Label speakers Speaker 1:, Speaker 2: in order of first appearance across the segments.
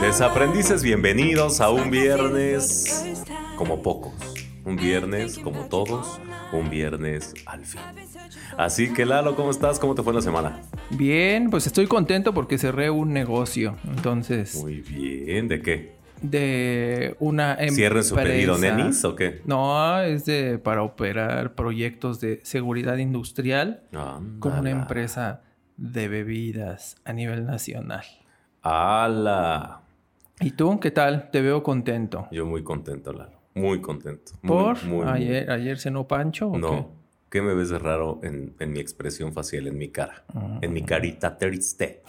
Speaker 1: Desaprendices, bienvenidos a un viernes como pocos, un viernes como todos, un viernes al fin. Así que Lalo, ¿cómo estás? ¿Cómo te fue la semana?
Speaker 2: Bien, pues estoy contento porque cerré un negocio, entonces...
Speaker 1: Muy bien, ¿de qué?
Speaker 2: De una empresa...
Speaker 1: ¿Cierren su pedido nenis o qué?
Speaker 2: No, es de para operar proyectos de seguridad industrial
Speaker 1: Ah,
Speaker 2: con una
Speaker 1: ala.
Speaker 2: empresa de bebidas a nivel nacional.
Speaker 1: ¡Hala!
Speaker 2: ¿Y tú qué tal? Te veo contento.
Speaker 1: Yo muy contento, Lalo. Muy contento. Muy,
Speaker 2: ¿Por?
Speaker 1: muy, muy.
Speaker 2: ¿Ayer, ¿Ayer cenó Pancho o
Speaker 1: No. ¿Qué me ves de raro en, en mi expresión facial, en mi cara?
Speaker 2: Ah.
Speaker 1: En mi carita triste.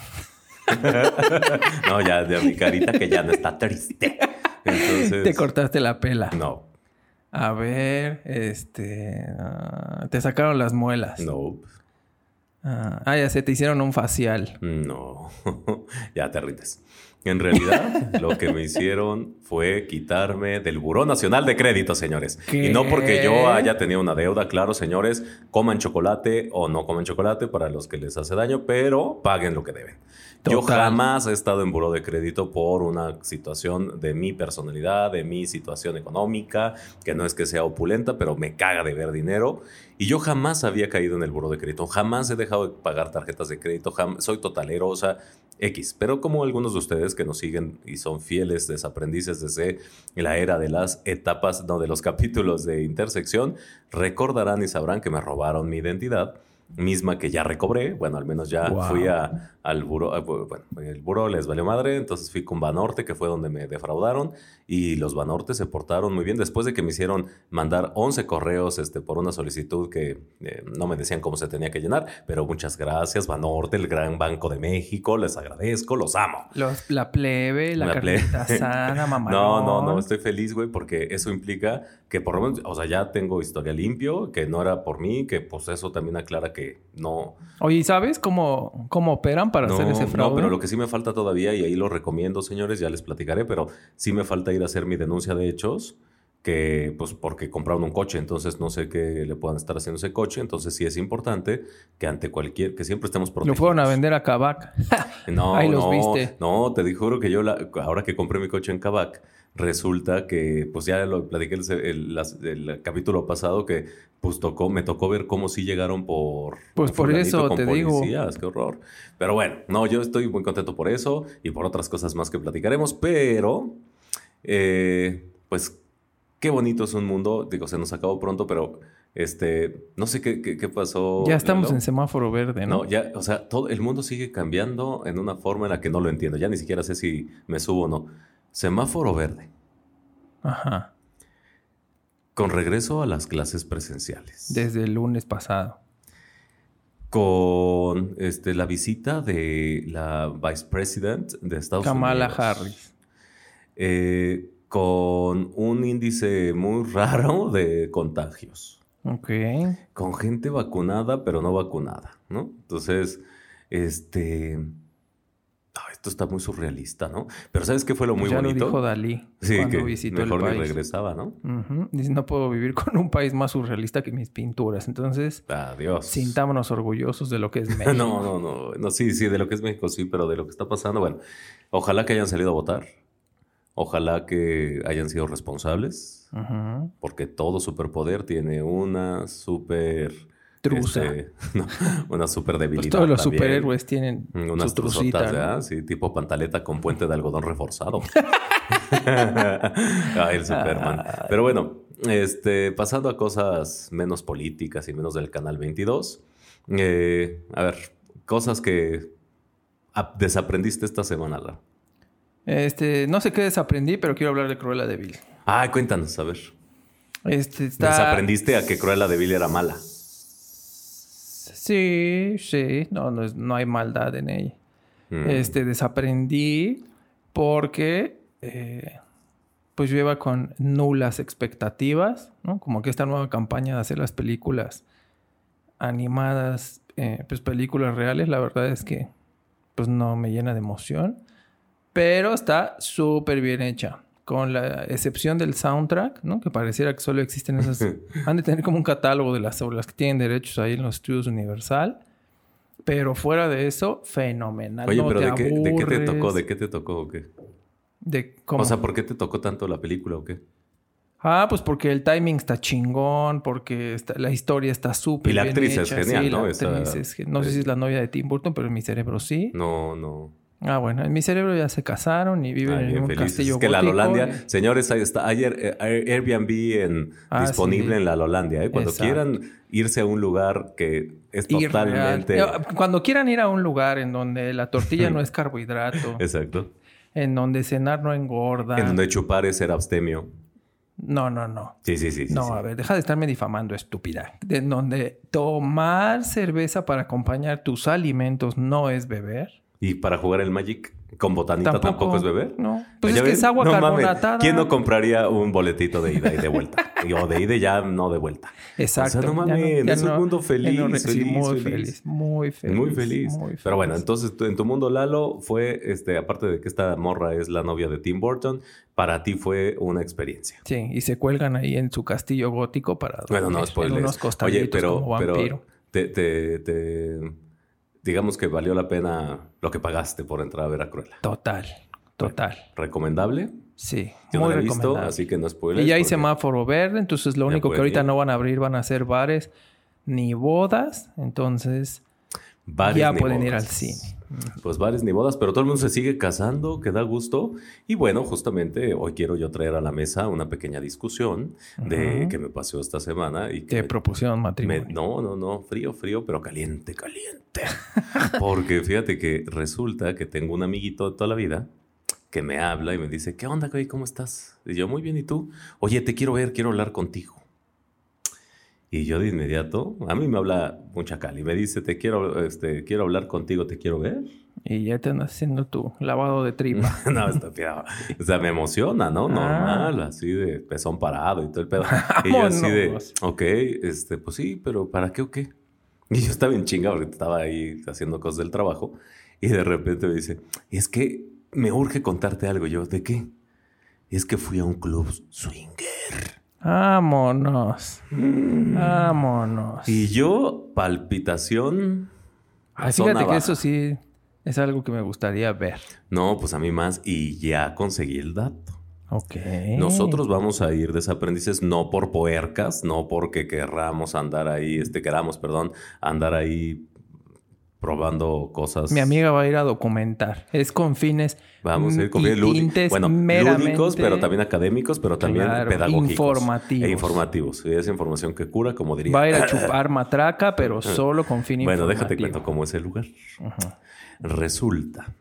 Speaker 1: no, ya, de mi carita que ya no está triste.
Speaker 2: qué?
Speaker 1: Entonces,
Speaker 2: Te cortaste la pela.
Speaker 1: No,
Speaker 2: A ver, este... ah, te sacaron las muelas.
Speaker 1: no,
Speaker 2: Ah, ah, ya se te hicieron un facial.
Speaker 1: no. ya te rindes. En realidad, lo que me hicieron fue quitarme del Buró Nacional de Crédito, señores. Y no porque
Speaker 2: ¿Qué?
Speaker 1: yo haya tenido una deuda, claro, señores, coman chocolate o no coman chocolate para los que les hace daño, pero paguen lo que deben. Yo
Speaker 2: Total.
Speaker 1: jamás he estado en buró de crédito por una situación de mi personalidad, de mi situación económica, que no es que sea opulenta, pero me caga de ver dinero. Y yo jamás había caído en el buró de crédito, jamás he dejado de pagar tarjetas de crédito, jam- soy totalero, o sea, X. Pero como algunos de ustedes que nos siguen y son fieles desaprendices desde la era de las etapas, no, de los capítulos de intersección, recordarán y sabrán que me robaron mi identidad, misma que ya recobré. Bueno, al menos ya
Speaker 2: Wow.
Speaker 1: fui a- al buró. a- Bueno, el buró les valió madre, entonces fui con Banorte, que fue donde me defraudaron. Y los Banorte se portaron muy bien después de que me hicieron mandar 11 correos este, por una solicitud que eh, no me decían cómo se tenía que llenar. Pero muchas gracias, Banorte, el gran Banco de México. Les agradezco, los amo.
Speaker 2: Los, la plebe, la,
Speaker 1: La plebe.
Speaker 2: carnita sana, mamá.
Speaker 1: No, no, no, estoy feliz, güey, porque eso implica que por lo menos, o sea, ya tengo historia limpio, que no era por mí, que pues eso también aclara que no.
Speaker 2: Oye, ¿y ¿sabes cómo, cómo operan para
Speaker 1: no,
Speaker 2: hacer ese
Speaker 1: no,
Speaker 2: fraude?
Speaker 1: pero lo que sí me falta todavía, y ahí lo recomiendo, señores, ya les platicaré, pero sí me falta ir a hacer mi denuncia de hechos, que pues porque compraron un coche, entonces no sé qué le puedan estar haciendo ese coche, entonces sí es importante que ante cualquier, que siempre estemos
Speaker 2: Lo
Speaker 1: protegidos.
Speaker 2: fueron a vender a Cabac.
Speaker 1: No,
Speaker 2: Ahí los
Speaker 1: no,
Speaker 2: viste.
Speaker 1: no, te di- juro que yo, la- ahora que compré mi coche en Kavak, resulta que, pues ya lo platiqué el, se- el- las- el capítulo pasado, que pues tocó, me tocó ver cómo sí llegaron por...
Speaker 2: Pues por
Speaker 1: fulanito
Speaker 2: eso
Speaker 1: con
Speaker 2: te digo.
Speaker 1: policías, qué horror. Pero bueno, no, yo estoy muy contento por eso y por otras cosas más que platicaremos, pero, eh, pues, qué bonito es un mundo, digo, se nos acabó pronto, pero... Este, no sé qué, qué, qué pasó.
Speaker 2: ya estamos
Speaker 1: Lalo.
Speaker 2: en semáforo verde, ¿no?
Speaker 1: No, ya, o sea, todo el mundo sigue cambiando en una forma en la que no lo entiendo. Ya ni siquiera sé si me subo o no. Semáforo verde.
Speaker 2: Ajá.
Speaker 1: Con regreso a las clases presenciales.
Speaker 2: Desde el lunes pasado.
Speaker 1: Con este, la visita de la vice president de Estados
Speaker 2: Kamala
Speaker 1: Unidos.
Speaker 2: Harris.
Speaker 1: Eh, con un índice muy raro de contagios.
Speaker 2: Ok.
Speaker 1: con gente vacunada, pero no vacunada, ¿no? Entonces, este... ah, esto está muy surrealista, ¿no? Pero ¿sabes qué fue lo muy
Speaker 2: ya
Speaker 1: bonito?
Speaker 2: lo dijo Dalí
Speaker 1: sí,
Speaker 2: cuando
Speaker 1: que
Speaker 2: visitó
Speaker 1: mejor
Speaker 2: el
Speaker 1: ni
Speaker 2: país.
Speaker 1: regresaba, ¿no?
Speaker 2: Ujú. Dice, no puedo vivir con un país más surrealista que mis pinturas. Entonces,
Speaker 1: Adiós.
Speaker 2: sintámonos orgullosos de lo que es México.
Speaker 1: No, no, no, no, sí, sí, de lo que es México, sí, pero de lo que está pasando, bueno, ojalá que hayan salido a votar, ojalá que hayan sido responsables,
Speaker 2: Ujú.
Speaker 1: porque todo superpoder tiene una super...
Speaker 2: Trusa.
Speaker 1: este, no, una super debilidad.
Speaker 2: Pues todos los
Speaker 1: también. Mm,
Speaker 2: superhéroes tienen
Speaker 1: Unas
Speaker 2: su trucita.
Speaker 1: trusotas,
Speaker 2: ¿no?
Speaker 1: ¿verdad? Sí, tipo pantaleta con puente de algodón reforzado. Ay, el Superman. Pero bueno, este, pasando a cosas menos políticas y menos del Canal 22. eh, a ver, cosas que ap- desaprendiste esta semana, Lara.
Speaker 2: Este, no sé qué desaprendí, pero quiero hablar de Cruella de Vil.
Speaker 1: Ah, cuéntanos, a ver.
Speaker 2: Este está.
Speaker 1: ¿Desaprendiste a que Cruella de Vil era mala?
Speaker 2: Sí, sí. No, no, es- no hay maldad en ella.
Speaker 1: Mm.
Speaker 2: Este, desaprendí porque. eh, pues yo iba con nulas expectativas, ¿no? Como que esta nueva campaña de hacer las películas animadas, eh, pues películas reales, la verdad es que pues no me llena de emoción. Pero está súper bien hecha. Con la excepción del soundtrack, ¿no? Que pareciera que solo existen esas... Han de tener como un catálogo de las obras que tienen derechos ahí en los estudios Universal. Pero fuera de eso, fenomenal.
Speaker 1: Oye,
Speaker 2: No
Speaker 1: pero
Speaker 2: te
Speaker 1: de qué, de qué te tocó?
Speaker 2: aburres.
Speaker 1: ¿De qué te tocó o qué?
Speaker 2: De cómo.
Speaker 1: O sea, ¿por qué te tocó tanto la película o qué?
Speaker 2: ah, pues porque el timing está chingón, porque está- la historia está súper
Speaker 1: Y la
Speaker 2: bien
Speaker 1: actriz es
Speaker 2: hecha.
Speaker 1: genial,
Speaker 2: Sí,
Speaker 1: ¿no?
Speaker 2: la
Speaker 1: Está-
Speaker 2: actriz es gen- no sé si es la novia de Tim Burton, pero en mi cerebro sí.
Speaker 1: No, no.
Speaker 2: Ah, bueno, en mi cerebro ya se casaron y viven
Speaker 1: Ay,
Speaker 2: en
Speaker 1: Ah, bien
Speaker 2: un
Speaker 1: felices.
Speaker 2: castillo
Speaker 1: Es que la
Speaker 2: gótico.
Speaker 1: Lolandia, señores, ahí está. Hay Air- Air- Airbnb en-
Speaker 2: Ah,
Speaker 1: disponible
Speaker 2: sí.
Speaker 1: en la Lolandia. ¿eh? Cuando
Speaker 2: Exacto.
Speaker 1: quieran irse a un lugar que es
Speaker 2: Ir real.
Speaker 1: totalmente.
Speaker 2: ah, Ya, Cuando quieran ir a un lugar en donde la tortilla no es carbohidrato,
Speaker 1: Exacto.
Speaker 2: en donde cenar no engorda.
Speaker 1: En donde chupar es ser abstemio.
Speaker 2: No, no, no.
Speaker 1: Sí, sí, sí. sí,
Speaker 2: no,
Speaker 1: sí.
Speaker 2: a ver, deja de estarme difamando, estúpida. De en donde tomar cerveza para acompañar tus alimentos no es beber.
Speaker 1: Y para jugar el Magic con botanita tampoco, es beber.
Speaker 2: No. Pues
Speaker 1: ¿Ya
Speaker 2: es que
Speaker 1: ven?
Speaker 2: es agua
Speaker 1: No mames,
Speaker 2: carbonatada.
Speaker 1: ¿Quién no compraría un boletito de ida y de vuelta? o de ida y ya no de vuelta.
Speaker 2: Exacto.
Speaker 1: O sea, no
Speaker 2: ya
Speaker 1: mames,
Speaker 2: ya
Speaker 1: es un mundo feliz,
Speaker 2: ya no- sí,
Speaker 1: feliz,
Speaker 2: muy
Speaker 1: feliz.
Speaker 2: feliz, Muy feliz.
Speaker 1: muy, feliz.
Speaker 2: muy
Speaker 1: Pero bueno,
Speaker 2: feliz.
Speaker 1: entonces tú- en tu mundo, Lalo, fue, este, aparte de que esta morra es la novia de Tim Burton, para ti fue una experiencia.
Speaker 2: Sí, y se cuelgan ahí en su castillo gótico para
Speaker 1: Bueno, no,
Speaker 2: dormir, en
Speaker 1: spoilers.
Speaker 2: unos costalitos como vampiro.
Speaker 1: te, te- te- digamos que valió la pena lo que pagaste por entrar a ver a Cruella.
Speaker 2: Total, total.
Speaker 1: ¿Recomendable?
Speaker 2: Sí,
Speaker 1: Yo
Speaker 2: muy
Speaker 1: no la he visto,
Speaker 2: recomendable.
Speaker 1: así que no spoilers.
Speaker 2: y ya hay
Speaker 1: porque-
Speaker 2: semáforo verde, entonces lo
Speaker 1: De
Speaker 2: único que
Speaker 1: acuerdo.
Speaker 2: ahorita no van a abrir van a ser bares ni bodas, entonces
Speaker 1: Bares
Speaker 2: ya
Speaker 1: ni
Speaker 2: pueden ir
Speaker 1: bodas.
Speaker 2: al cine.
Speaker 1: Pues bares ni bodas, pero todo el mundo se sigue casando, que da gusto. Y bueno, justamente hoy quiero yo traer a la mesa una pequeña discusión de
Speaker 2: Ujú.
Speaker 1: que me pasó esta semana y que
Speaker 2: Te
Speaker 1: me-
Speaker 2: propusieron
Speaker 1: me-
Speaker 2: matrimonio.
Speaker 1: no, no, no, frío, frío, pero caliente, caliente. Porque fíjate que resulta que tengo un amiguito de toda la vida que me habla y me dice, "¿Qué onda, güey? ¿Cómo estás?" Y yo, "Muy bien, ¿y tú?" "Oye, te quiero ver, quiero hablar contigo." Y yo de inmediato, a mí me habla un chacal y me dice, "Te quiero este quiero hablar contigo, te quiero ver."
Speaker 2: Y ya te andas haciendo tu lavado de tripa.
Speaker 1: No, está pirado. O sea, me emociona, ¿no?
Speaker 2: Ah.
Speaker 1: Normal, así de pezón parado y todo el pedo. Y yo así de,
Speaker 2: Vámonos.
Speaker 1: ok, este, pues sí, pero ¿para qué o qué? Y yo estaba en chinga porque estaba ahí haciendo cosas del trabajo. Y de repente me dice, es que me urge contarte algo. Y yo, ¿de qué? Es que fui a un club swinger.
Speaker 2: Vámonos, vámonos.
Speaker 1: Mm. Y yo, palpitación.
Speaker 2: Ay,
Speaker 1: zona
Speaker 2: fíjate que
Speaker 1: baja.
Speaker 2: eso sí es algo que me gustaría ver.
Speaker 1: No, pues a mí más. Y ya conseguí el dato.
Speaker 2: Ok.
Speaker 1: Nosotros vamos a ir desaprendices no por puercas, no porque querramos andar ahí, este, queramos, perdón, andar ahí probando cosas.
Speaker 2: Mi amiga va a ir a documentar. Es con fines
Speaker 1: Vamos a ir con
Speaker 2: y
Speaker 1: bien lúdi-
Speaker 2: tintes
Speaker 1: bueno,
Speaker 2: meramente-
Speaker 1: lúdicos, pero también académicos, pero también
Speaker 2: Claro,
Speaker 1: pedagógicos.
Speaker 2: informativos.
Speaker 1: E informativos. Y es información que cura, como diría.
Speaker 2: Va a ir a chupar matraca, pero solo con fin
Speaker 1: bueno, déjate cuento
Speaker 2: informativo.
Speaker 1: cómo es el lugar.
Speaker 2: Ajá.
Speaker 1: Resulta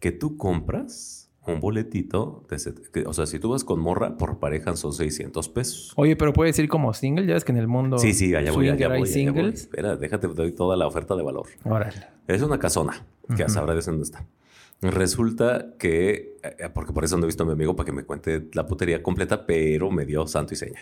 Speaker 1: que tú compras un boletito, de set- que- o sea, si tú vas con morra, por pareja son 600 pesos.
Speaker 2: Oye, pero puedes ir como single, ya ves que en el mundo
Speaker 1: Sí, sí, allá voy, allá
Speaker 2: swinger
Speaker 1: voy,
Speaker 2: hay
Speaker 1: allá voy.
Speaker 2: singles.
Speaker 1: Espera, déjate, doy toda la oferta de valor.
Speaker 2: Órale.
Speaker 1: Es una casona, que ya sabrá Dios en dónde está. Resulta que, eh, porque por eso no he visto a mi amigo para que me cuente la putería completa, pero me dio santo y seña.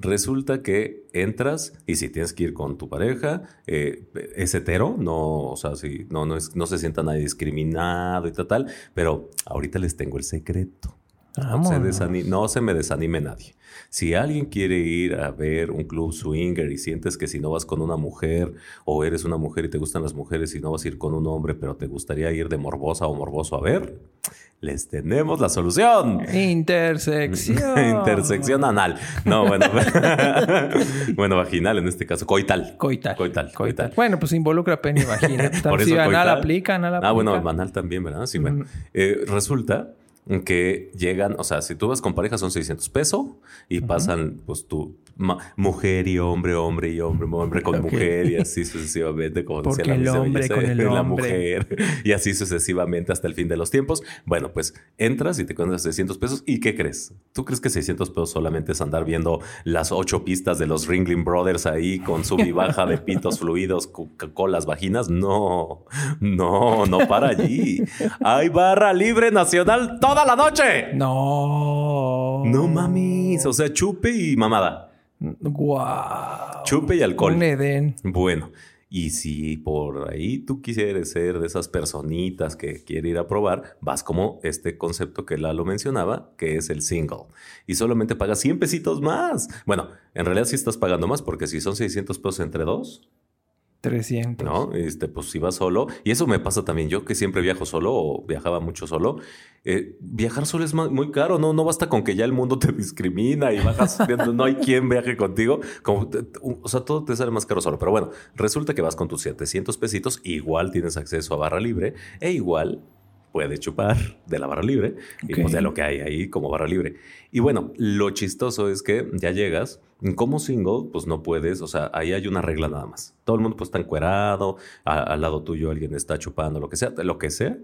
Speaker 1: Resulta que entras y si tienes que ir con tu pareja, eh, es hetero, no, o sea, sí, no, no, es, no se sienta nadie discriminado y tal, tal, pero ahorita les tengo el secreto. No se,
Speaker 2: Vámonos.
Speaker 1: desani- no se me desanime nadie. Si alguien quiere ir a ver un club swinger y sientes que si no vas con una mujer o eres una mujer y te gustan las mujeres y no vas a ir con un hombre, pero te gustaría ir de morbosa o morboso a ver, les tenemos la solución.
Speaker 2: Intersección.
Speaker 1: Intersección anal. No, bueno. bueno, vaginal en este caso. Coital.
Speaker 2: Coital.
Speaker 1: Coital, coital.
Speaker 2: Bueno, pues involucra pene y vagina.
Speaker 1: Por
Speaker 2: si
Speaker 1: eso
Speaker 2: anal
Speaker 1: coital.
Speaker 2: aplica, anal aplica.
Speaker 1: Ah, bueno, banal también, ¿verdad? Sí, bueno.
Speaker 2: Ujú.
Speaker 1: Eh, resulta que llegan, o sea, si tú vas con pareja son 600 pesos y pasan, pues tú, ma- mujer y hombre, hombre y hombre, hombre con
Speaker 2: Ok.
Speaker 1: mujer y así sucesivamente, como decía
Speaker 2: Porque
Speaker 1: la
Speaker 2: el
Speaker 1: misa de
Speaker 2: hombre
Speaker 1: belleza,
Speaker 2: con el
Speaker 1: la
Speaker 2: hombre.
Speaker 1: mujer y así sucesivamente hasta el fin de los tiempos. Bueno, pues entras y te cuentas 600 pesos y ¿qué crees? ¿Tú crees que 600 pesos solamente es andar viendo las ocho pistas de los Ringling Brothers ahí con sub y baja de pitos fluidos, cu- cu- colas, vaginas? No, no, no para allí. Hay barra libre nacional toda la noche.
Speaker 2: No.
Speaker 1: No mames, o sea, chupe y mamada.
Speaker 2: Guau.
Speaker 1: Chupe y alcohol.
Speaker 2: Un Edén.
Speaker 1: Bueno, y si por ahí tú quisieras ser de esas personitas que quiere ir a probar, vas como este concepto que Lalo mencionaba, que es el single. Y solamente pagas 100 pesitos más. Bueno, en realidad sí estás pagando más, porque si son 600 pesos entre dos,
Speaker 2: 300.
Speaker 1: ¿no? Este, pues si vas solo, y eso me pasa también, yo que siempre viajo solo o viajaba mucho solo, eh, viajar solo es ma- muy caro, ¿no? No basta con que ya el mundo te discrimina y bajas, viendo, no hay quien viaje contigo, como te- te- o sea, todo te sale más caro solo, pero bueno, resulta que vas con tus 700 pesitos, igual tienes acceso a barra libre e igual puedes chupar de la barra libre y pues
Speaker 2: Ok.
Speaker 1: de lo que hay ahí como barra libre. Y bueno, lo chistoso es que ya llegas, como single, pues no puedes, o sea, ahí hay una regla nada más. Todo el mundo pues está encuerado, a- al lado tuyo alguien está chupando, lo que sea, lo que sea.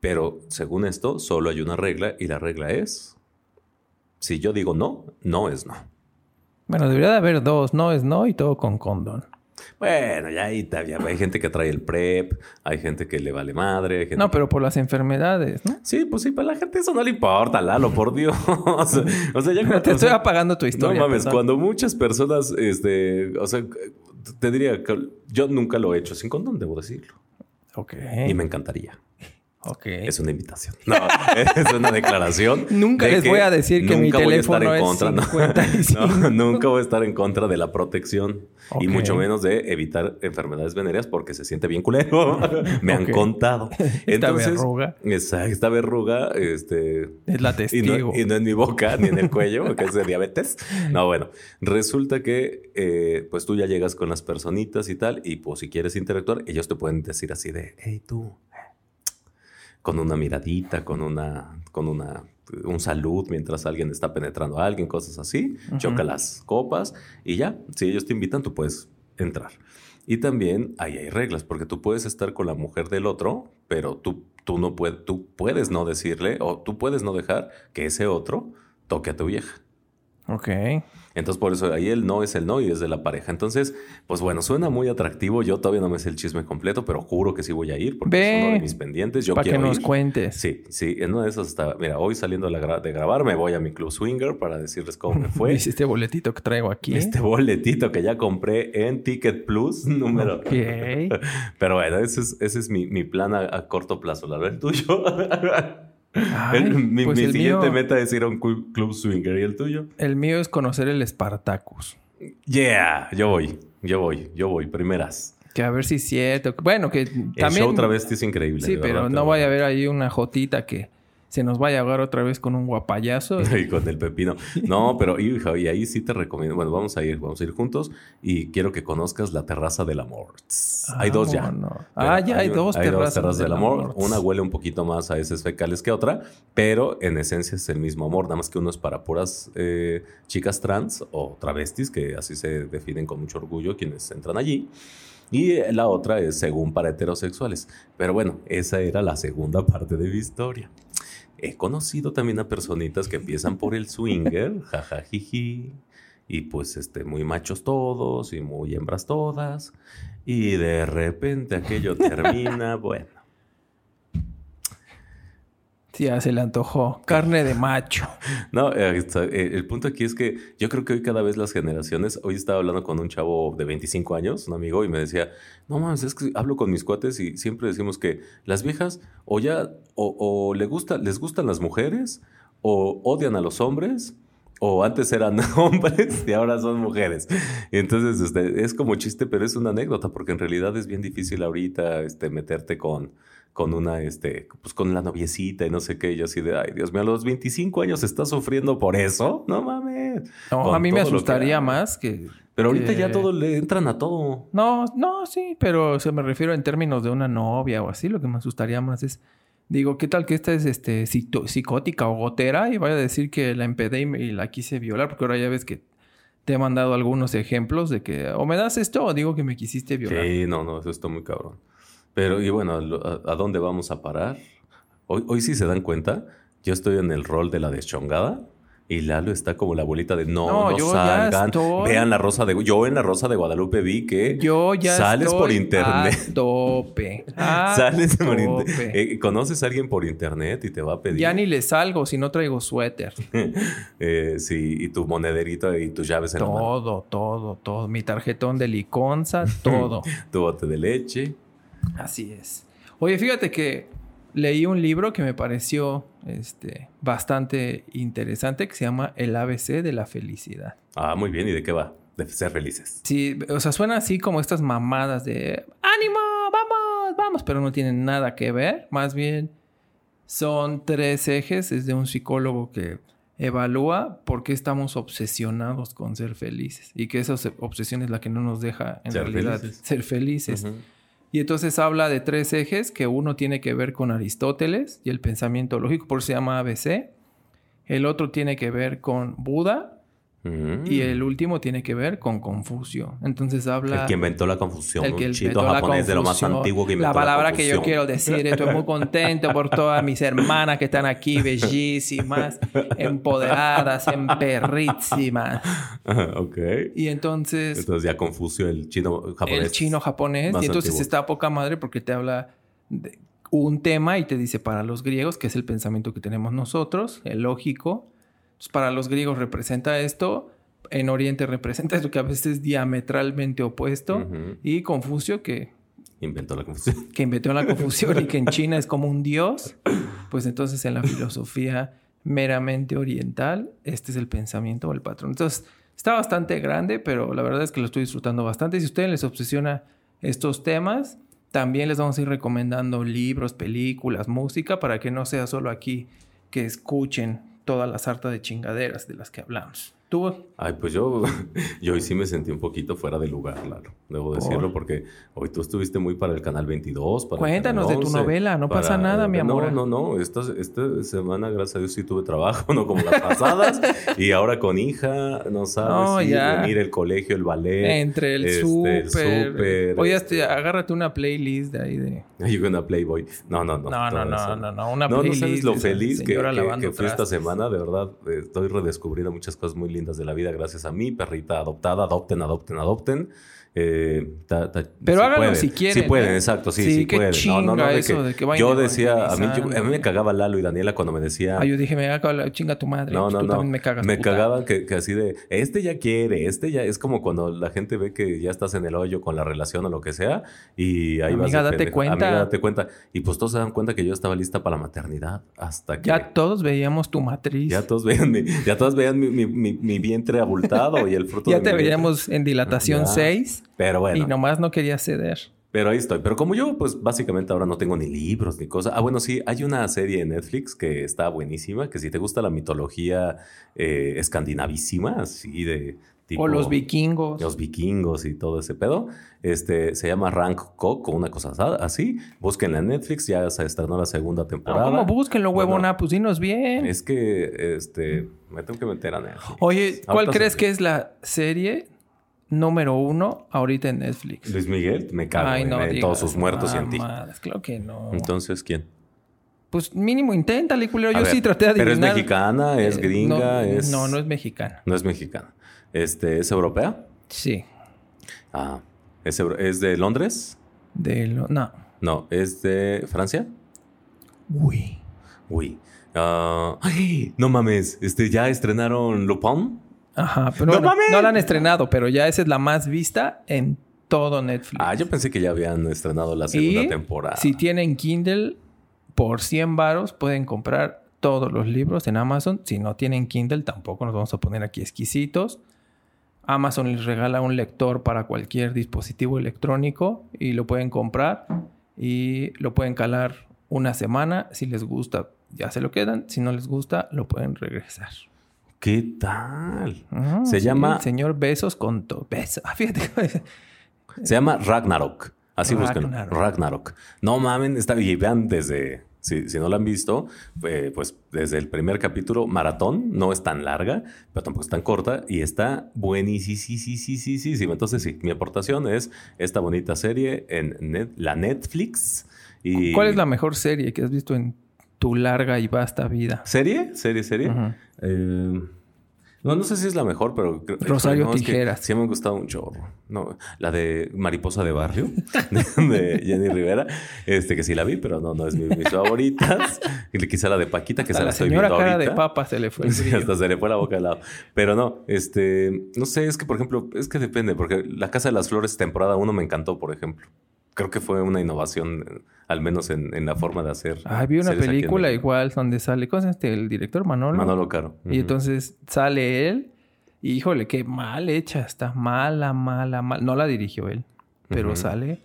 Speaker 1: Pero según esto, solo hay una regla y la regla es, si yo digo no, no es no.
Speaker 2: Bueno, debería de haber dos, no es no y todo con condón.
Speaker 1: Bueno, ya ahí está, ya hay gente que trae el prep, hay gente que le vale madre, hay gente
Speaker 2: No,
Speaker 1: que-
Speaker 2: pero por las enfermedades, ¿no?
Speaker 1: Sí, pues sí, para la gente eso no le importa, Lalo, por Dios. o sea, ya cuando-
Speaker 2: Te
Speaker 1: o
Speaker 2: estoy
Speaker 1: sea,
Speaker 2: apagando tu historia.
Speaker 1: No mames,
Speaker 2: perdón.
Speaker 1: cuando muchas personas, este, o sea, te diría que yo nunca lo he hecho sin condón, debo decirlo.
Speaker 2: Ok.
Speaker 1: Y me encantaría.
Speaker 2: Ok.
Speaker 1: Es una invitación. No, es una declaración.
Speaker 2: Eh. Nunca
Speaker 1: de
Speaker 2: les
Speaker 1: que
Speaker 2: voy a decir que mi
Speaker 1: nunca voy a estar
Speaker 2: teléfono
Speaker 1: en
Speaker 2: es
Speaker 1: contra, ¿no?
Speaker 2: 55.
Speaker 1: No, nunca voy a estar en contra de la protección y
Speaker 2: Ok.
Speaker 1: mucho menos de evitar enfermedades venéreas porque se siente bien culero. Me han
Speaker 2: Ok.
Speaker 1: contado.
Speaker 2: Esta
Speaker 1: Entonces,
Speaker 2: verruga
Speaker 1: esa- esta verruga, este,
Speaker 2: es la
Speaker 1: y
Speaker 2: testigo.
Speaker 1: no, y no en mi boca ni en el cuello, que es de diabetes. No, bueno, resulta que eh, pues tú ya llegas con las personitas y tal, y pues si quieres interactuar, ellos te pueden decir así de, hey tú, con una miradita, con una, con una, un salud mientras alguien está penetrando a alguien, cosas así,
Speaker 2: Ujú.
Speaker 1: choca las copas y ya, si ellos te invitan, tú puedes entrar. Y también ahí hay reglas, porque tú puedes estar con la mujer del otro, pero tú, tú, no puedes tú puedes no decirle o tú puedes no dejar que ese otro toque a tu vieja.
Speaker 2: Ok.
Speaker 1: Entonces, por eso ahí el no es el no y es de la pareja. Entonces, pues bueno, suena muy atractivo. Yo todavía no me sé el chisme completo, pero juro que sí voy a ir porque
Speaker 2: Ve,
Speaker 1: es uno de mis pendientes. Yo
Speaker 2: Para que
Speaker 1: quiero
Speaker 2: nos
Speaker 1: ir.
Speaker 2: cuentes.
Speaker 1: Sí, sí, en una de esas hasta, mira, hoy saliendo de, la gra- de grabar me voy a mi club swinger para decirles cómo me fue.
Speaker 2: ¿Ves este boletito que traigo aquí?
Speaker 1: Este boletito que ya compré en Ticket Plus, número.
Speaker 2: Ok.
Speaker 1: Pero bueno, ese es, ese es mi, mi plan a, a corto plazo, la verdad, el tuyo.
Speaker 2: Ay,
Speaker 1: El- mi
Speaker 2: pues
Speaker 1: mi
Speaker 2: el
Speaker 1: siguiente
Speaker 2: mío-
Speaker 1: meta es ir a un cu- club swinger y el tuyo.
Speaker 2: El mío es conocer el Spartacus.
Speaker 1: Yeah, yo voy, yo voy, yo voy, primeras.
Speaker 2: Que a ver si es cierto. Bueno, que
Speaker 1: El
Speaker 2: también.
Speaker 1: show travesti es increíble.
Speaker 2: Sí,
Speaker 1: de verdad,
Speaker 2: pero no vaya a haber ahí una jotita que se nos vaya a ahogar otra vez con un guapayazo.
Speaker 1: Y con el pepino. No, pero hijo, y ahí sí te recomiendo. Bueno, vamos a ir, vamos a ir juntos y quiero que conozcas la terraza del amor. Tss,
Speaker 2: Ah,
Speaker 1: hay dos ya.
Speaker 2: Vámonos.
Speaker 1: Pero
Speaker 2: Ah, ya hay, dos
Speaker 1: hay
Speaker 2: terrazas.
Speaker 1: del amor. Una huele un poquito más a heces fecales que otra, pero en esencia es el mismo amor, nada más que uno es para puras eh, chicas trans o travestis, que así se definen con mucho orgullo quienes entran allí. Y eh, la otra es según para heterosexuales. Pero bueno, esa era la segunda parte de mi historia. He conocido también a personitas que empiezan por el swinger, jajajiji, y pues este, muy machos todos y muy hembras todas. Y de repente aquello termina, bueno.
Speaker 2: Sí, ya se le antojó. Carne de macho.
Speaker 1: No, eh, está- eh, el punto aquí es que yo creo que hoy cada vez las generaciones, hoy estaba hablando con un chavo de 25 años, un amigo, y me decía, no mames, es que hablo con mis cuates y siempre decimos que las viejas o ya, o, o le gusta, les gustan las mujeres, o odian a los hombres, o antes eran hombres y ahora son mujeres. Y entonces este, es como chiste, pero es una anécdota, porque en realidad es bien difícil ahorita este, meterte con con una, este, pues con la noviecita y no sé qué, y yo así de, ay, Dios mío, a los 25 años estás sufriendo por eso, no mames.
Speaker 2: No,
Speaker 1: Con
Speaker 2: a mí me
Speaker 1: todo lo que
Speaker 2: asustaría
Speaker 1: da.
Speaker 2: más que.
Speaker 1: Pero ahorita
Speaker 2: Que-
Speaker 1: ya todo le entran a todo.
Speaker 2: No, no, sí, pero o sea, me refiero en términos de una novia o así. Lo que me asustaría más es. Digo, ¿qué tal que esta es este, psito- psicótica o gotera? Y vaya a decir que la empedé y, me- y la quise violar, porque ahora ya ves que te he mandado algunos ejemplos de que o me das esto o digo que me quisiste violar.
Speaker 1: Sí, no, no, eso está muy cabrón. Pero, y bueno, lo- ¿a, a dónde vamos a parar? Hoy, hoy sí se dan cuenta, yo estoy en el rol de la deschongada y Lalo está como la abuelita de no,
Speaker 2: No,
Speaker 1: no,
Speaker 2: yo ya
Speaker 1: salgan,
Speaker 2: estoy-
Speaker 1: vean la rosa de... Gu- Yo en la rosa de Guadalupe vi que...
Speaker 2: Yo ya
Speaker 1: Sales
Speaker 2: estoy
Speaker 1: por internet.
Speaker 2: a tope. a
Speaker 1: Sales por inter-
Speaker 2: tope.
Speaker 1: eh, conoces a alguien por internet y te va a pedir.
Speaker 2: Ya ni le salgo si no traigo suéter.
Speaker 1: Eh, sí, y tu monederito y tus llaves en la mano,
Speaker 2: Todo, todo, todo. Mi tarjetón de liconza, todo.
Speaker 1: tu bote de leche.
Speaker 2: Así es. Oye, fíjate que leí un libro que me pareció este, bastante interesante que se llama El ABC de la felicidad.
Speaker 1: Ah, muy bien, ¿y de qué va? de ser felices.
Speaker 2: Sí, o sea, suena así como estas mamadas de ánimo, vamos, vamos, pero no tienen nada que ver. Más bien son tres ejes, es de un psicólogo que evalúa por qué estamos obsesionados con ser felices y que esa obsesión es la que no nos deja en
Speaker 1: Ser
Speaker 2: realidad
Speaker 1: felices.
Speaker 2: ser felices.
Speaker 1: Ujú.
Speaker 2: Y entonces habla de tres ejes que uno tiene que ver con Aristóteles y el pensamiento lógico, por eso se llama ABC. El otro tiene que ver con Buda
Speaker 1: Mm.
Speaker 2: y el último tiene que ver con Confucio. Entonces habla
Speaker 1: El que inventó la confusión.
Speaker 2: el que
Speaker 1: un
Speaker 2: inventó
Speaker 1: chito
Speaker 2: la
Speaker 1: japonés de lo más
Speaker 2: confusión.
Speaker 1: antiguo que inventó
Speaker 2: La palabra que yo
Speaker 1: confusión.
Speaker 2: quiero decir, estoy muy contento por todas mis hermanas que están aquí, bellísimas, empoderadas, emperrísimas.
Speaker 1: Ajá, ok.
Speaker 2: Y entonces,
Speaker 1: Entonces ya Confucio, el chino japonés.
Speaker 2: el chino japonés,
Speaker 1: más
Speaker 2: y entonces
Speaker 1: antiguo.
Speaker 2: está a poca madre porque te habla de un tema y te dice para los griegos, que es el pensamiento que tenemos nosotros, el lógico. Entonces, para los griegos representa esto, en Oriente representa esto que a veces es diametralmente opuesto.
Speaker 1: Ujú.
Speaker 2: Y Confucio, que
Speaker 1: Inventó la confusión.
Speaker 2: que inventó la confusión y que en China es como un dios, pues entonces en la filosofía meramente oriental, este es el pensamiento o el patrón. Entonces, está bastante grande, pero la verdad es que lo estoy disfrutando bastante. Si a ustedes les obsesiona estos temas, también les vamos a ir recomendando libros, películas, música, para que no sea solo aquí que escuchen toda la sarta de chingaderas de las que hablamos. Tú,
Speaker 1: Ay, pues yo, yo hoy sí me sentí un poquito fuera de lugar, Lalo. Debo
Speaker 2: ¿Por?
Speaker 1: decirlo porque hoy tú estuviste muy para el canal 22. Para el
Speaker 2: cuéntanos de
Speaker 1: Canal
Speaker 2: tu
Speaker 1: 11,
Speaker 2: novela, no
Speaker 1: eh, para-
Speaker 2: pasa nada, mi amor.
Speaker 1: No, no, no. Esta, esta semana, gracias a Dios, sí tuve trabajo, no como las pasadas. y ahora con hija, no sabes
Speaker 2: No,
Speaker 1: ir,
Speaker 2: ya. Eh.
Speaker 1: venir, el colegio, el ballet.
Speaker 2: Entre el
Speaker 1: este,
Speaker 2: súper.
Speaker 1: el súper,
Speaker 2: Oye,
Speaker 1: este-
Speaker 2: hasta agárrate una playlist de ahí de.
Speaker 1: Ay, una Playboy. No, no, no.
Speaker 2: No, no,
Speaker 1: todo
Speaker 2: no,
Speaker 1: eso.
Speaker 2: no, no, Una
Speaker 1: No, no
Speaker 2: playlist.
Speaker 1: sabes lo
Speaker 2: de esa
Speaker 1: feliz que,
Speaker 2: señora
Speaker 1: que-
Speaker 2: lavando
Speaker 1: que fui esta
Speaker 2: trastes.
Speaker 1: semana. De verdad, eh, estoy redescubriendo muchas cosas muy lindas de la vida gracias a mi perrita adoptada. Adopten, adopten, adopten. Eh, ta- ta-
Speaker 2: Pero háganlo si
Speaker 1: Sí
Speaker 2: quieren,
Speaker 1: pueden,
Speaker 2: ¿eh?
Speaker 1: exacto. Sí,
Speaker 2: Sí,
Speaker 1: sí,
Speaker 2: qué
Speaker 1: pueden. No, no, no.
Speaker 2: chinga
Speaker 1: de
Speaker 2: eso de que vayan
Speaker 1: yo decía, a mí, yo- a mí me
Speaker 2: evangelizando.
Speaker 1: cagaba Lalo y Daniela cuando me decía.
Speaker 2: Ah, yo dije, me cago la chinga tu madre.
Speaker 1: No,
Speaker 2: pues
Speaker 1: no,
Speaker 2: tú
Speaker 1: no.
Speaker 2: también me cagas. puta.
Speaker 1: cagaban que, que así de, este ya quiere, este ya. Es como cuando la gente ve que ya estás en el hoyo con la relación o lo que sea. Y ahí vas. de
Speaker 2: Amiga, date
Speaker 1: pendejo.
Speaker 2: cuenta.
Speaker 1: Amiga, date cuenta. Y pues todos se dan cuenta que yo estaba lista para la maternidad hasta que.
Speaker 2: Ya todos veíamos tu matriz.
Speaker 1: ya
Speaker 2: Ya,
Speaker 1: todos veían mi, ya todos veían mi, mi- mi- mi vientre abultado y el fruto de
Speaker 2: te
Speaker 1: mi vientre.
Speaker 2: veíamos en dilatación
Speaker 1: Ya.
Speaker 2: 6
Speaker 1: Pero bueno.
Speaker 2: y nomás no quería ceder.
Speaker 1: Pero ahí estoy. Pero como yo, pues básicamente ahora no tengo ni libros ni cosas. Ah, bueno, sí, hay una serie en Netflix que está buenísima, que si te gusta la mitología eh, escandinavísima, así de tipo...
Speaker 2: o los vikingos.
Speaker 1: Los vikingos y todo ese pedo. Este, se llama Rank Cock o una cosa asa- así. Búsquenla en Netflix, ya se estrenó la segunda
Speaker 2: No,
Speaker 1: temporada.
Speaker 2: ¿Cómo búsquenlo,
Speaker 1: Bueno.
Speaker 2: huevona? Pues dinos bien.
Speaker 1: Es que, este, me tengo que meter a Netflix.
Speaker 2: Oye, ¿cuál
Speaker 1: Ahorita
Speaker 2: crees
Speaker 1: se-
Speaker 2: que es la serie número uno ahorita en Netflix?
Speaker 1: Luis Miguel, me cago en, en todos
Speaker 2: digas Ah,
Speaker 1: sus muertos y en ti.
Speaker 2: mamadas, Claro que no.
Speaker 1: Entonces, ¿quién?
Speaker 2: pues mínimo inténtale, culero. Yo
Speaker 1: A ver,
Speaker 2: sí traté de
Speaker 1: Pero es
Speaker 2: adivinar.
Speaker 1: mexicana, es
Speaker 2: Eh,
Speaker 1: gringa,
Speaker 2: no,
Speaker 1: es...
Speaker 2: No, no es mexicana.
Speaker 1: No es mexicana. Este, ¿Es europea?
Speaker 2: Sí.
Speaker 1: Ah. ¿Es, euro- ¿Es de Londres?
Speaker 2: De lo... No.
Speaker 1: No. ¿Es de Francia?
Speaker 2: Uy.
Speaker 1: Uy. Ah, ¡ay! No mames. Este, ¿Ya estrenaron Lupin?
Speaker 2: Ajá. Pero
Speaker 1: ¡No
Speaker 2: bueno,
Speaker 1: mames!
Speaker 2: no la han estrenado, pero ya esa es la más vista en todo Netflix.
Speaker 1: Ah, yo pensé que ya habían estrenado la segunda temporada.
Speaker 2: Si tienen Kindle, por 100 varos pueden comprar todos los libros en Amazon. Si no tienen Kindle, tampoco nos vamos a poner aquí exquisitos. Amazon les regala un lector para cualquier dispositivo electrónico y lo pueden comprar y lo pueden calar una semana. Si les gusta, ya se lo quedan. Si no les gusta, lo pueden regresar.
Speaker 1: ¿Qué tal?
Speaker 2: Ah,
Speaker 1: Se llama-
Speaker 2: el señor Besos con to... Besos. Ah, fíjate.
Speaker 1: Se llama Ragnarok. Así búsquenlo.
Speaker 2: Ragnarok.
Speaker 1: Ragnarok. No mamen, está y vean desde. Si, si no la han visto, eh, pues desde el primer capítulo, maratón, no es tan larga, pero tampoco es tan corta y está buenísima. Entonces, sí, mi aportación es esta bonita serie en net- la Netflix. Y
Speaker 2: ¿Cuál es la mejor serie que has visto en tu larga y vasta vida?
Speaker 1: serie? Serie, serie.
Speaker 2: Ujú.
Speaker 1: Eh, no, no sé si es la mejor, pero... creo-
Speaker 2: Rosario
Speaker 1: no, es que
Speaker 2: Tijeras.
Speaker 1: sí me han gustado un chorro. No, la de Mariposa de Barrio, de Jenny Rivera. Este, que sí la vi, pero no, no es mi, mis favoritas. Y Quizá la de Paquita, que
Speaker 2: A
Speaker 1: se la
Speaker 2: la
Speaker 1: estoy
Speaker 2: señora
Speaker 1: viendo
Speaker 2: cara de
Speaker 1: ahorita.
Speaker 2: papa se le fue. el
Speaker 1: Sí,
Speaker 2: brillo.
Speaker 1: hasta se le fue la boca al lado. Pero no, este... No sé, es que, por ejemplo, es que depende. Porque La Casa de las Flores, temporada 1, me encantó, por ejemplo. Creo que fue una innovación, eh, al menos en, en la forma de hacer
Speaker 2: Ah, vi una
Speaker 1: series aquí en
Speaker 2: película
Speaker 1: México.
Speaker 2: igual donde sale, ¿cómo se llama este? El director Manolo.
Speaker 1: Manolo Caro.
Speaker 2: Y entonces sale él Y híjole, qué mal hecha está. Mala, mala, mala. No la dirigió él, pero
Speaker 1: Ujú.
Speaker 2: sale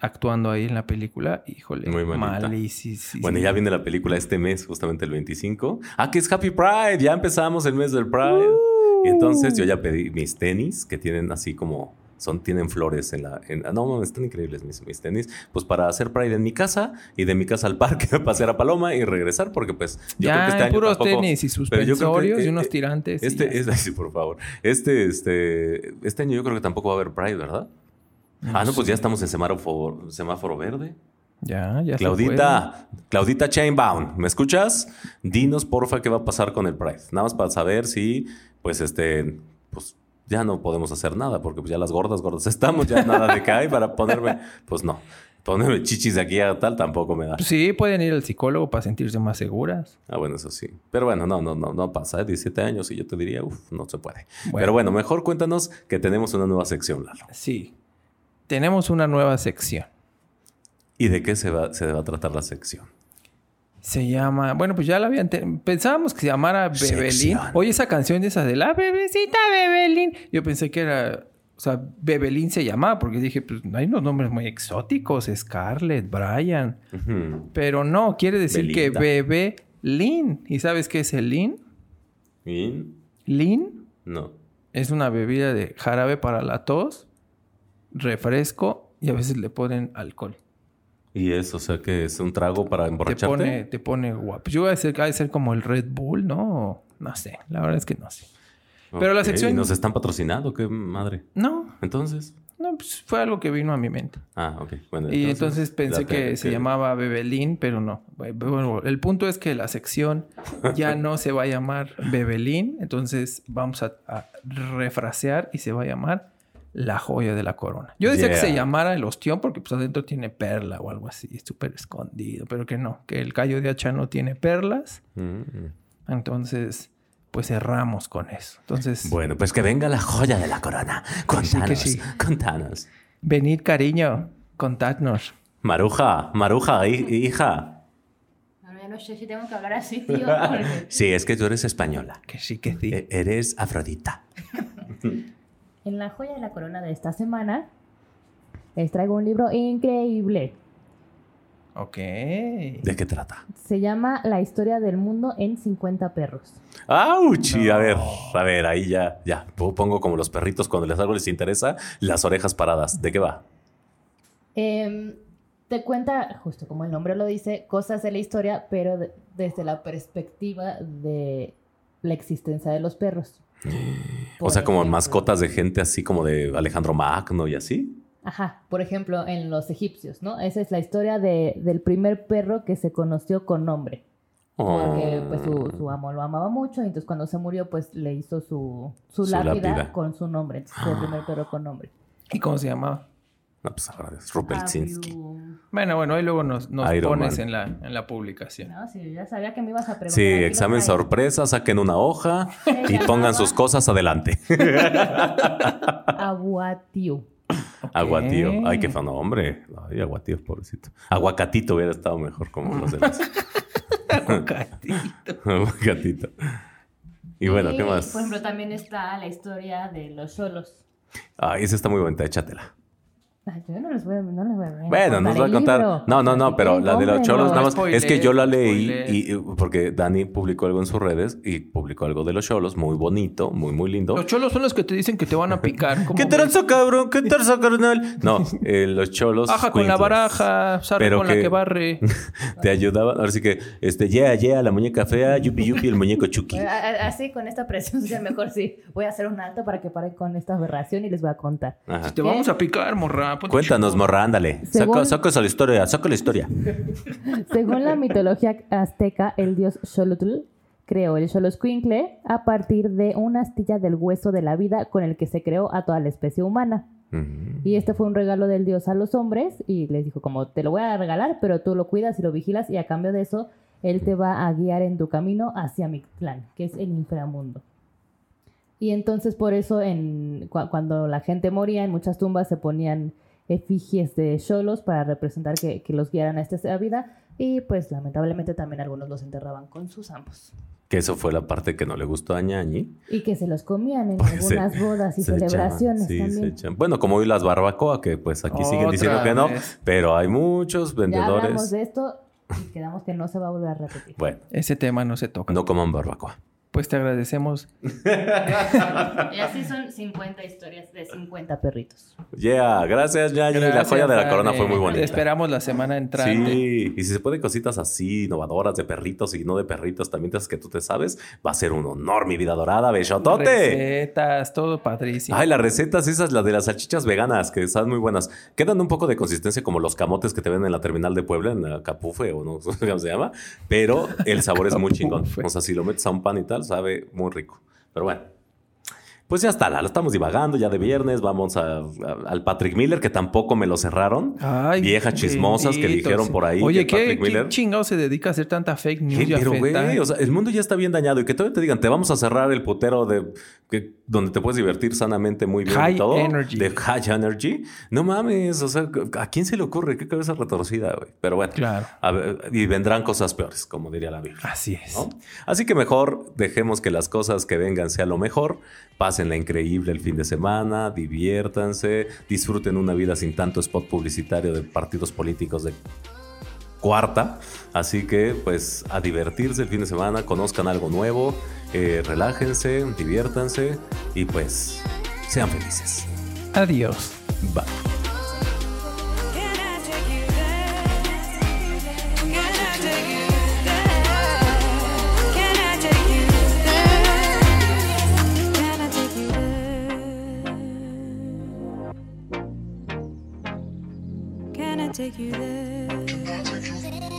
Speaker 2: actuando ahí en la película. Híjole,
Speaker 1: Muy malita.
Speaker 2: malísimo.
Speaker 1: Bueno, ya viene la película este mes, justamente el 25. Ah, que es Happy Pride. Ya empezamos el mes del Pride.
Speaker 2: Uh.
Speaker 1: Y entonces yo ya pedí mis tenis, que tienen así como... Son, tienen flores en la... en- ah, no, mames, están increíbles mis, mis tenis. Pues para hacer Pride en mi casa y de mi casa al parque, a pasear a Paloma y regresar, porque pues yo
Speaker 2: ya,
Speaker 1: creo que este
Speaker 2: hay
Speaker 1: año
Speaker 2: puros
Speaker 1: tampoco-
Speaker 2: tenis y
Speaker 1: pero yo creo que,
Speaker 2: suspensorios
Speaker 1: eh,
Speaker 2: y unos
Speaker 1: eh,
Speaker 2: tirantes. y
Speaker 1: Este,
Speaker 2: ya.
Speaker 1: es, sí, por favor. Este, este, este año yo creo que tampoco va a haber Pride, ¿verdad? ah, no, pues ya estamos en semáforo, semáforo verde.
Speaker 2: Ya, ya. se
Speaker 1: Claudita, Claudita Chainbaum, ¿me escuchas? Dinos, porfa, qué va a pasar con el Pride. Nada más para saber si, pues, este, pues, ya no podemos hacer nada, porque pues ya las gordas, gordas estamos, ya nada de que hay para ponerme, pues no, ponerme chichis de aquí a tal tampoco me da.
Speaker 2: puede. Sí, pueden ir al psicólogo para sentirse más seguras.
Speaker 1: Ah, bueno, eso sí. Pero bueno, no, no, no, no pasa. ¿eh? 17 años y yo te diría, uff, no se puede.
Speaker 2: Bueno.
Speaker 1: Pero bueno, mejor cuéntanos que tenemos una nueva sección, Lalo.
Speaker 2: Sí. Tenemos una nueva sección.
Speaker 1: ¿Y de qué se va, se va a tratar la sección?
Speaker 2: Se llama, bueno, pues ya la habían, te- pensábamos que se llamara Bebelín.
Speaker 1: Sección.
Speaker 2: Oye, esa canción de esa de la bebecita Bebelín. Yo pensé que era, o sea, Bebelín se llamaba porque dije, pues hay unos nombres muy exóticos, Scarlett, Brian.
Speaker 1: Ujú.
Speaker 2: Pero no, quiere decir
Speaker 1: Belinda.
Speaker 2: que Bebelín. ¿Y sabes qué es el Lin?
Speaker 1: ¿Y?
Speaker 2: Lin
Speaker 1: No.
Speaker 2: es una bebida de jarabe para la tos, refresco y a veces le ponen alcohol.
Speaker 1: ¿Y eso? O sea, que es un trago para
Speaker 2: Te
Speaker 1: emborracharte.
Speaker 2: pone, te pone guapo. Yo voy a decir, ha de ser como el Red Bull, ¿no? No sé, la verdad es que no sé. pero la
Speaker 1: Ok,
Speaker 2: sección-
Speaker 1: ¿y nos están patrocinando, qué madre.
Speaker 2: No,
Speaker 1: Entonces.
Speaker 2: no, pues fue algo que vino a mi mente.
Speaker 1: Ah, ok. Bueno,
Speaker 2: Y entonces pensé
Speaker 1: la-
Speaker 2: que se llamaba Bebelín, pero no. Bueno, el punto es que la sección ya no se va a llamar Bebelín, entonces vamos a, a refrasear y se va a llamar La joya de la corona. Yo decía que se
Speaker 1: Yeah.
Speaker 2: llamara el ostión porque pues adentro tiene perla o algo así, es súper escondido, pero que no, que el callo de hacha no tiene perlas,
Speaker 1: Mm.
Speaker 2: entonces pues cerramos con eso. Entonces,
Speaker 1: Bueno, pues que venga la joya de la corona. Contanos,
Speaker 2: sí.
Speaker 1: contanos.
Speaker 2: venid cariño, contadnos.
Speaker 1: Maruja, Maruja, hi- hija.
Speaker 3: Ahora ya no sé si tengo que hablar así, tío. porque-
Speaker 1: Sí, es que tú eres española.
Speaker 2: Que sí, que sí.
Speaker 1: E- eres afrodita.
Speaker 3: En la joya de la corona de esta semana les traigo un libro increíble.
Speaker 2: Ok.
Speaker 1: ¿De qué trata?
Speaker 3: Se llama La historia del mundo en 50 perros.
Speaker 1: ¡Auch! A
Speaker 2: No.
Speaker 1: ver, a ver, ahí ya, ya. P- Pongo como los perritos cuando les algo les interesa, las orejas paradas. ¿De qué va?
Speaker 3: Em, te cuenta, justo como el nombre lo dice, cosas de la historia, pero de- desde la perspectiva de la existencia de los perros.
Speaker 1: o
Speaker 3: Por
Speaker 1: sea, como
Speaker 3: ejemplo-
Speaker 1: mascotas de gente así como de Alejandro Magno y así.
Speaker 3: Ajá, por ejemplo, en los egipcios, ¿no? Esa es la historia de- del primer perro que se conoció con nombre. Porque pues
Speaker 1: Oh.
Speaker 3: su, su amo lo amaba mucho y entonces cuando se murió pues le hizo su, su,
Speaker 1: Su
Speaker 3: lápida,
Speaker 1: lápida. Ah.
Speaker 3: con su nombre. Entonces fue el primer perro con nombre.
Speaker 2: ¿Y cómo se llamaba?
Speaker 1: No, pues ahora es
Speaker 3: Ah,
Speaker 1: Rupelzinski.
Speaker 2: Bueno, bueno, ahí luego nos, nos
Speaker 1: Iron
Speaker 2: pones
Speaker 1: Man.
Speaker 2: en la, en la publicación.
Speaker 3: No, sí, ya sabía que me ibas a preguntar.
Speaker 1: Sí,
Speaker 3: Aquí lo
Speaker 1: examen
Speaker 3: traigo.
Speaker 1: sorpresa, saquen una hoja y pongan sus cosas adelante.
Speaker 3: Aguatiu.
Speaker 1: Aguatío. Ay, qué fan, hombre. Ay, aguatío, pobrecito. Aguacatito hubiera estado mejor como los demás.
Speaker 2: Aguacatito.
Speaker 1: Aguacatito. Y bueno, ¿qué más?
Speaker 3: Por ejemplo, también está la historia de los solos.
Speaker 1: Ay, esa está muy bonita, échatela.
Speaker 3: Ay, yo no les voy a, no les voy a
Speaker 1: Bueno, nos va a
Speaker 3: el
Speaker 1: contar.
Speaker 3: libro.
Speaker 1: No, no, no,
Speaker 3: Si
Speaker 1: pero
Speaker 3: quieren,
Speaker 1: la de los
Speaker 3: cómprenlo.
Speaker 1: cholos, nada más.
Speaker 2: No,
Speaker 1: es que yo la leí
Speaker 2: spoilers,
Speaker 1: y, y- porque Dani publicó algo en sus redes y publicó algo de los cholos, muy bonito, muy, muy lindo.
Speaker 2: Los cholos son los que te dicen que te van a picar. como
Speaker 1: ¿Qué tranza, cabrón? ¿Qué tranza, carnal? No, eh, los cholos.
Speaker 2: Baraja con la
Speaker 1: cuincles.
Speaker 2: baraja, sarre
Speaker 1: Pero
Speaker 2: con
Speaker 1: que-
Speaker 2: la que barre.
Speaker 1: Te ayudaban. Ahora sí que, este, yeah, yeah, la muñeca fea, yupi, yupi, el muñeco chucky.
Speaker 3: Bueno, a- a- Así con esta presencia mejor sí. Voy a hacer un alto para que paren con esta aberración y les voy a contar.
Speaker 1: Ajá.
Speaker 2: Te vamos a picar, morra. ponte
Speaker 1: Cuéntanos,
Speaker 2: chulo.
Speaker 1: morra, ándale. Saca,
Speaker 3: Según-
Speaker 1: saca esa la historia, saca la historia.
Speaker 3: Según la mitología azteca, el dios Xolotl creó el Xoloscuincle a partir de una astilla del hueso de la vida con el que se creó a toda la especie humana.
Speaker 1: Ujú.
Speaker 3: Y este fue un regalo del dios a los hombres y les dijo como te lo voy a regalar, pero tú lo cuidas y lo vigilas y a cambio de eso él te va a guiar en tu camino hacia Mictlán, que es el inframundo. Y entonces por eso en, cua- cuando la gente moría en muchas tumbas se ponían efigies de cholos para representar que, que los guiaran a esta vida y pues lamentablemente también algunos los enterraban con sus amos.
Speaker 1: Que eso fue la parte que no le gustó a Ñañi.
Speaker 3: Y que se los comían en
Speaker 1: Porque se-
Speaker 3: algunas bodas y
Speaker 1: Se echaban,
Speaker 3: celebraciones
Speaker 1: sí, se
Speaker 3: también.
Speaker 1: echaban. Bueno, como hoy las barbacoa, que pues aquí siguen
Speaker 2: Otra
Speaker 1: diciendo que no,
Speaker 2: vez.
Speaker 1: pero hay muchos
Speaker 3: Ya hablamos
Speaker 1: vendedores.
Speaker 3: de esto y quedamos que no se va a volver a repetir.
Speaker 1: Bueno,
Speaker 2: Ese tema no se toca.
Speaker 1: no coman barbacoa.
Speaker 2: Pues te agradecemos.
Speaker 3: Y así son 50 historias de 50 perritos.
Speaker 1: Yeah, gracias, Ñañi. La
Speaker 2: Gracias,
Speaker 1: joya de la
Speaker 2: Fran,
Speaker 1: corona
Speaker 2: eh,
Speaker 1: fue muy
Speaker 2: Te
Speaker 1: bonita.
Speaker 2: esperamos la semana entrante.
Speaker 1: Sí, y si se pueden cositas así, innovadoras, de perritos y no de perritos, también de esas que tú te sabes, va a ser un honor, mi vida dorada, besotote.
Speaker 2: Recetas, todo padrísimo.
Speaker 1: Ay, las recetas esas, las de las salchichas veganas, que están muy buenas. Quedan un poco de consistencia como los camotes que te venden en la terminal de Puebla, en la Capufe o no sé cómo se llama, pero el sabor es muy chingón.
Speaker 2: Capufe.
Speaker 1: O sea, si lo metes a un pan y tal, sabe muy rico. Pero bueno. Pues ya está, la lo estamos divagando ya de viernes. Vamos a- a- al Patrick Miller, que tampoco me lo cerraron.
Speaker 2: Ay,
Speaker 1: Viejas chismosas que
Speaker 2: benditos.
Speaker 1: dijeron por ahí
Speaker 2: Oye,
Speaker 1: que
Speaker 2: ¿qué,
Speaker 1: Patrick Miller-
Speaker 2: ¿qué chingado se dedica a hacer tanta fake news?
Speaker 1: ¿Qué?
Speaker 2: y a
Speaker 1: Pero, güey,
Speaker 2: afectar?
Speaker 1: o sea, el mundo ya está bien dañado y que todavía te digan, te vamos a cerrar el putero de que, donde te puedes divertir sanamente muy bien y
Speaker 2: High
Speaker 1: todo.
Speaker 2: energy.
Speaker 1: De high energy. No mames, o sea, ¿a quién se le ocurre? Qué cabeza retorcida, güey. Pero bueno,
Speaker 2: Claro.
Speaker 1: a ver, y vendrán cosas peores, como diría la Biblia.
Speaker 2: Así es.
Speaker 1: ¿no? Así que mejor dejemos que las cosas que vengan sea lo mejor. Pásenla increíble el fin de semana, diviértanse, disfruten una vida sin tanto spot publicitario de partidos políticos de cuarta. Así que, pues, a divertirse el fin de semana, conozcan algo nuevo, eh, relájense, diviértanse y, pues, sean felices.
Speaker 2: Adiós.
Speaker 1: Bye.
Speaker 4: Can I take you there? Can I take you there? Can I take you there? Can I take you there? Can I take you there?